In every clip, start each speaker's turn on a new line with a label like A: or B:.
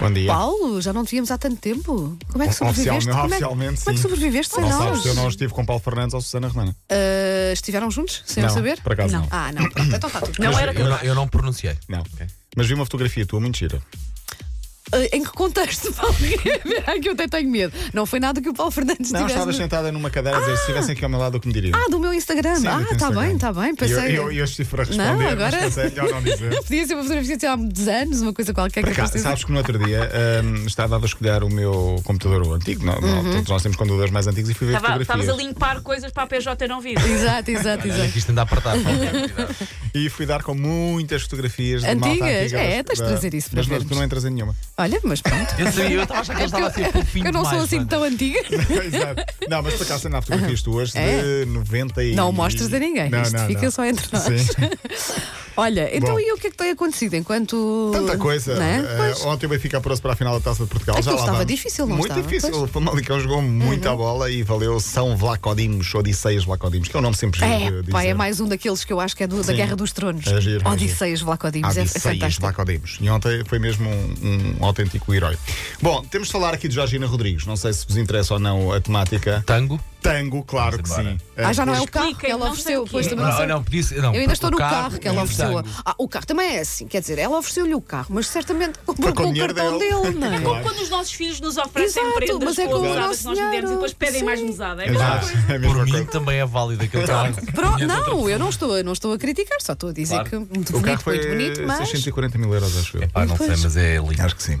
A: Bom dia.
B: Paulo, já não te víamos há tanto tempo. Como é que sobreviveste?
A: Oficialmente,
B: como é,
A: oficialmente,
B: como é que
A: sim.
B: sobreviveste sem
A: Não
B: nós?
A: sabes, eu não estive com Paulo Fernandes ou Susana Romana.
B: Ah, estiveram juntos, sem eu
A: Não,
B: saber?
A: por acaso não.
B: Ah, não, pronto. Então está tudo.
C: Não
B: bem.
C: era
D: Eu não, eu não pronunciei.
A: Não. Mas vi uma fotografia tua, mentira.
B: Ah, em que contexto, Paulo? Verá que eu até tenho medo. Não foi nada que o Paulo Fernandes
A: Não,
B: tivesse.
A: estavas sentada numa cadeira a dizer se estivessem aqui ao meu lado, o que me diriam?
B: Ah, do meu Instagram.
A: Sim,
B: ah,
A: do teu
B: está
A: Instagram.
B: bem, está bem.
A: E eu,
B: Pensei.
A: eu, eu estive para responder,
B: Não,
A: mas
B: agora-
A: pensei, é melhor não dizer.
B: Podia ser uma fotografia de há muitos anos, uma coisa qualquer
A: Para
B: que
A: cá,
B: aparecesse.
A: sabes que no outro dia hum, estava a escolher o meu computador o antigo, não, não,
B: Uhum.
A: todos nós temos computadores mais antigos e fui ver
C: Estava- Estavas a
A: fotografias.
C: limpar coisas para a PJ não vir.
B: Exato, exato, exato.
D: Aqui isto anda a apertar. Paulo.
A: E fui dar com muitas fotografias de malta
B: Antigas?
A: antiga,
B: É,
A: mas-
B: tens de
A: da-
B: trazer isso para
A: Mas não,
B: vermos.
A: tu não entras em nenhuma.
B: Olha, mas pronto. É
D: Eu sabia, eu estava a achar que ele estava a ser
A: um
D: fofinho
B: eu não sou
D: demais,
B: assim
D: é?
A: é?
D: mano.
B: tão antiga.
A: Exato. Não, mas por acaso ainda há fotografias tuas
B: É?
A: de 90 e.
B: Não mostres a ninguém.
A: Não,
B: Isto
A: não,
B: fica
A: não.
B: só entre nós.
A: Sim.
B: Olha, então
A: Bom.
B: e o que é que tem acontecido enquanto.
A: Tanta coisa.
B: Não é?
A: Eh,
B: Pois.
A: ontem o Benfica apurou-se para a final da Taça de Portugal.
B: Aquilo
A: Já lá
B: estava
A: vamos.
B: difícil, não
A: Muito
B: estava?
A: difícil.
B: Pois.
A: O
B: Uhum.
A: Famalicão jogou muita bola e valeu São Vlacodimos, Odisseias Vlacodimos, que é o nome sempre giro de
B: É,
A: dizer.
B: pá, é mais um daqueles que eu acho que é do- da
A: Sim.
B: Guerra dos Tronos.
A: É giro, é
B: Odisseias Vlacodimos. É, é
A: Odisseias
B: fantástico.
A: Vlacodimos. E ontem foi mesmo um, um autêntico herói. Bom, temos de falar aqui de Jorgina Rodrigues. Não sei se vos interessa ou não a temática.
D: Tango.
A: Tango, claro que
D: Tá. Vamos
A: sim.
D: embora.
A: Eh,
B: Ah, já não é o
A: hoje-
B: carro
C: Explica,
B: que ela
C: não sei
B: ofereceu.
C: o quê.
B: Pois também não
D: Não,
B: sei.
D: Ah, não, podia ser. Não,
B: Eu ainda estou
D: o
B: no carro, que ela
D: é o
B: ofereceu.
D: tango.
B: Ah, o carro também é assim, quer dizer, ela ofereceu-lhe o carro, mas certamente comprou
A: com
B: com o
A: dinheiro
B: cartão
A: dele.
B: dele, não é?
A: Claro.
C: Quando os nossos filhos nos oferecem
B: Exato,
C: prendas
B: mas é
C: com
B: com o
C: usadas
B: nosso
C: que nós lhe demos
B: dinheiro.
C: e depois pedem
B: Sim.
C: mais mesada. É a mesma
A: Exato.
C: coisa.
A: É a mesma
D: Ah, Por mim
A: coisa.
D: também é válido aquele carro.
B: Pro- não, eu não estou, eu não estou a criticar, só estou a dizer
D: Claro.
B: que muito
A: O
B: bonito,
A: carro foi
B: muito bonito, mas
A: 640 mil euros, acho eu.
D: Epá, não sei, mas é lindo.
A: Acho que sim.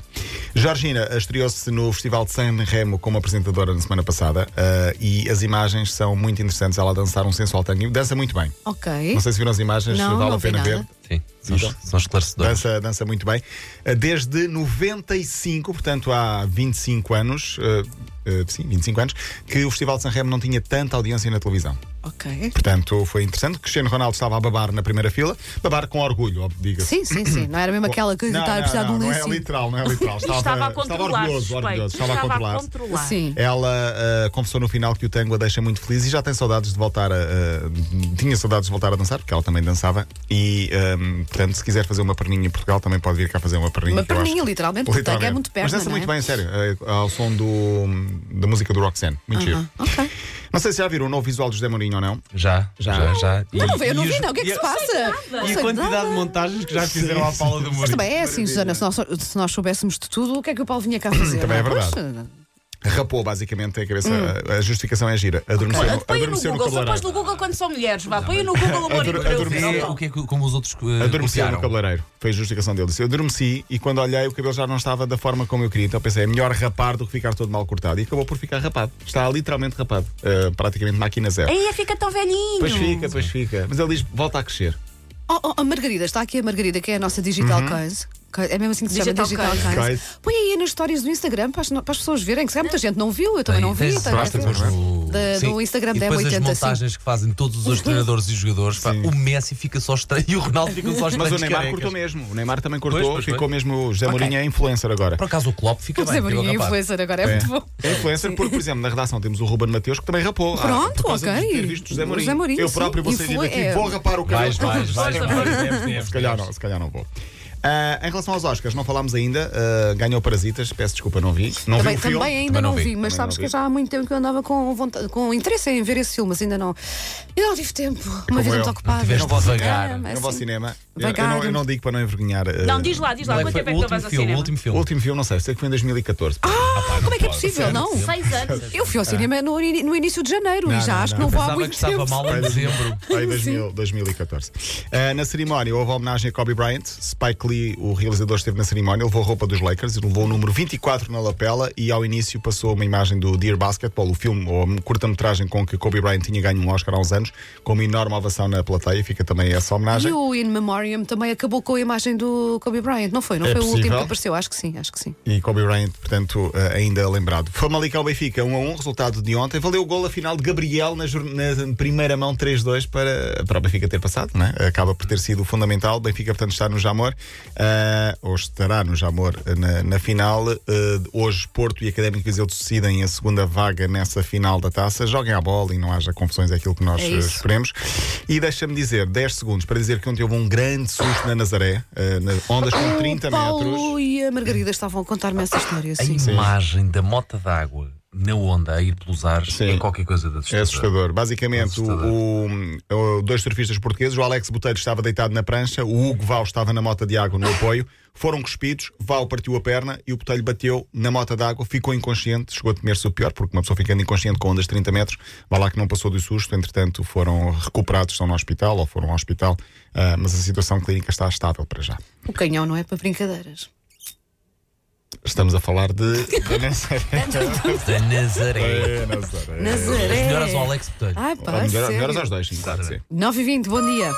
A: Georgina estreou-se no Festival de San Remo como apresentadora na semana passada ah, e as imagens são muito interessantes. Ela a dançar um sensual tango e dança muito bem.
B: ok.
A: É? Não sei se viram as imagens,
B: Não,
A: se vale
B: não
A: a
B: vi
A: pena
B: nada.
A: ver.
D: Sim, são,
A: Então.
D: são esclarecedores.
A: Dança, dança muito bem. Ah, Desde 95, portanto há 25 anos, ah, ah, sim, 25 anos, que o Festival de San Remo não tinha tanta audiência na televisão.
B: Ok.
A: Portanto, foi interessante. Cristiano Ronaldo estava a babar na primeira fila, babar com orgulho, óbvio, diga-se.
B: Sim, sim, sim. Não era mesmo aquela coisa de
A: não,
B: estar a
A: não,
B: precisar de
A: não,
B: um
A: não é
B: lencinho.
A: literal, não é literal.
C: Estava, a
A: estava
C: controlar.
A: orgulhoso,
C: suspeito.
A: orgulhoso, estava a
C: a
A: controlar.
C: controlar.
B: Sim.
A: Ela ah, confessou no final que o tango a deixa muito feliz e já tem saudades de voltar a. ah, tinha saudades de voltar a dançar, porque ela também dançava. E, ah, portanto, se quiser fazer uma perninha em Portugal, também pode vir cá fazer uma perninha.
B: Uma
A: que eu acho-
B: perninha, literalmente, porque o tango é muito
A: Mas
B: perna,
A: dança
B: não é?
A: muito bem, sério, ah, ao som do, da música do Roxanne. Muito giro.
B: Ah, ok.
A: Não sei se já viram o novo visual do José Mourinho ou não.
D: Já,
A: Já.
D: já, já. E-
B: Não, não, eu não
D: e
B: vi,
D: os-
B: não. O que é que
D: e
B: se
D: a-
B: passa? Não
D: E
B: sei
D: a quantidade de
B: nada.
D: montagens que já fizeram à fala do
B: Mas
D: Mourinho.
B: também é assim, Susana, se nós, se nós soubéssemos de tudo, o que é que o Paulo vinha cá fazer?
A: Também é
B: não
A: verdade.
B: Pois,
A: Rapou, basicamente, a cabeça.
B: Hum.
A: A, a justificação é gira. Adormeceu,
C: Olha,
A: no-
C: põe no
A: adormeceu no
C: Google, só
A: cabeleireiro.
C: pões no Google quando são mulheres, vá, põe no Google o Mourinho para
A: Ador-
C: eu
D: É,
C: ver.
A: adormeci-
D: o que é que, como os outros eh,
A: Adormeci no
D: negociaram.
A: cabeleireiro. Foi a justificação dele. Disse, eu adormeci e quando olhei o cabelo já não estava da forma como eu queria. Então pensei, é melhor rapar do que ficar todo mal cortado. E acabou por ficar rapado. Está literalmente rapado. Uh, praticamente máquina
D: É
A: zero.
C: Aí É, fica tão velhinho.
A: Pois fica, pois fica. Mas ele diz, volta a crescer.
B: Oh, oh, a Margarida, está aqui a Margarida, que é a nossa Digital Coins. É mesmo assim que se chama
C: Digital
B: Digital
C: Coins.
B: Coins.
A: Coins.
B: Põe aí nas histórias do Instagram para as, para as pessoas verem, que se calhar muita gente não viu, eu também não vi. então é assim.
D: Tem-
B: também
D: basta
B: não
D: pôr
B: vi.
D: no-
B: Da-
D: Sim.
B: no Instagram
D: e
B: da
D: depois as
B: M80,
D: montagens que fazem todos os treinadores e os jogadores, pá, o Messi fica só estranho e o Ronaldo fica só estranho.
A: Mas o
D: de
A: Neymar
D: carecas.
A: cortou mesmo. O Neymar também cortou.
D: Pois, pois,
A: ficou
D: pois.
A: mesmo. O José Mourinho é influencer agora.
D: Por acaso o Klopp fica
B: O Zé
D: bem.
B: Mourinho é
D: fica capaz.
B: influencer agora, é, muito bom.
A: É influencer porque, por exemplo, na redação temos o Ruben Mateus que também rapou. Ah,
B: Pronto,
A: por causa
B: ok.
A: de ter visto o José
B: O
A: Mourinho.
B: José Mourinho,
A: eu próprio vou
B: sim.
A: sair
B: Influ-
A: daqui,
B: é.
A: vou rapar o cabelo.
D: Vais, vais, vais, vais, vais.
A: Se calhar não, se calhar não vou. Ah, em relação aos Oscars, não falámos ainda. ah, ganhou Parasitas, peço desculpa, não vi. Não
B: Também,
A: vi o filme.
B: também ainda
D: Também
B: não
D: não
B: vi,
D: vi,
B: mas
A: também
B: sabes
A: não
B: que
A: vi.
B: já há muito tempo que eu andava com, vontade, com interesse em ver esse filme, mas ainda não. Eu não tive tempo, uma
A: como
B: vida
A: eu,
B: muito
A: não
B: ocupada.
D: tiveste
B: Não vou ao
D: devagar,
B: cinema,
A: Eu não
B: assim.
A: vou ao cinema. Eu, eu
B: Devagar.
A: não, eu não digo para não envergonhar. ah,
C: Não, diz lá, diz lá,
D: Não,
C: quanto
D: foi
C: tempo é
D: o
C: que tu vais
D: último
C: ao
D: filme, o
C: cinema?
D: último
A: O
D: filme.
A: último filme, não sei, sei que foi em 2014.
B: Ah, como é que é possível? Não.
C: Seis anos.
B: Eu fui ao cinema no, ini- no início de janeiro
A: Não,
B: e já
A: não,
B: acho
A: não.
B: que não vou há
D: Pensava
B: muito
D: que estava
B: tempo.
D: mal em dezembro.
A: Foi em 2000, 2014. Ah, na cerimónia houve a homenagem a Kobe Bryant. Spike Lee, o realizador, esteve na cerimónia, levou a roupa dos Lakers, levou o número 24 na lapela e ao início passou uma imagem do Dear Basketball, o filme ou a curta-metragem com que Kobe Bryant tinha ganho um Oscar há uns anos, com uma enorme ovação na plateia. Fica também essa homenagem.
B: E o In Memoriam também acabou com a imagem do Kobe Bryant, não foi? Não
A: É
B: foi o último que
A: possível?
B: apareceu? Acho que sim, acho que sim.
A: E Kobe Bryant, portanto, eh, ainda lembrado. Famalicão Benfica, 1 a 1, resultado de ontem. Valeu o gol afinal de Gabriel na, jor- na primeira mão 3-2 para, para o Benfica ter passado, não é? Acaba por ter sido fundamental. Benfica, portanto, está no Jamor. Ah, hoje estará no Jamor eh, na, na final. Ah, hoje, Porto e Académico Viseu decidem a segunda vaga nessa final da taça. Joguem à bola e não haja confusões, é aquilo que nós
B: É
A: eh,
B: isso.
A: esperemos. E deixa-me dizer, 10 segundos, para dizer que ontem houve um grande susto na Nazaré, ah, na- ondas com 30
B: o Paulo
A: metros.
B: e a Margarida estavam a contar-me essa história.
D: A
B: Sim.
D: imagem da mota d'água na onda a ir pelos ares
A: Sim.
D: é qualquer coisa de
A: É
D: assustador.
A: assustador. Basicamente,
D: Assustador.
A: o- o- o- dois surfistas portugueses, o Alex Botelho estava deitado na prancha, o Hugo Val estava na mota de água no apoio, foram cuspidos, Val partiu a perna e o Botelho bateu na mota de água, ficou inconsciente, chegou a temer-se o pior, porque uma pessoa ficando inconsciente com ondas de 30 metros, vá lá que não passou do susto, entretanto foram recuperados, estão no hospital ou foram ao hospital, ah, mas a situação clínica está estável para já.
B: O canhão não é para brincadeiras.
A: Estamos a falar de. da Nazaré.
D: Da Nazaré.
A: É, Nazaré.
B: Nazaré.
D: Melhoras ao Alex Botelho.
B: Ai,
A: Ou
B: pá,
A: Ah, melhor, melhor aos
B: sério.
A: dois, sim, pode ser.
B: 9 e 20, bom dia.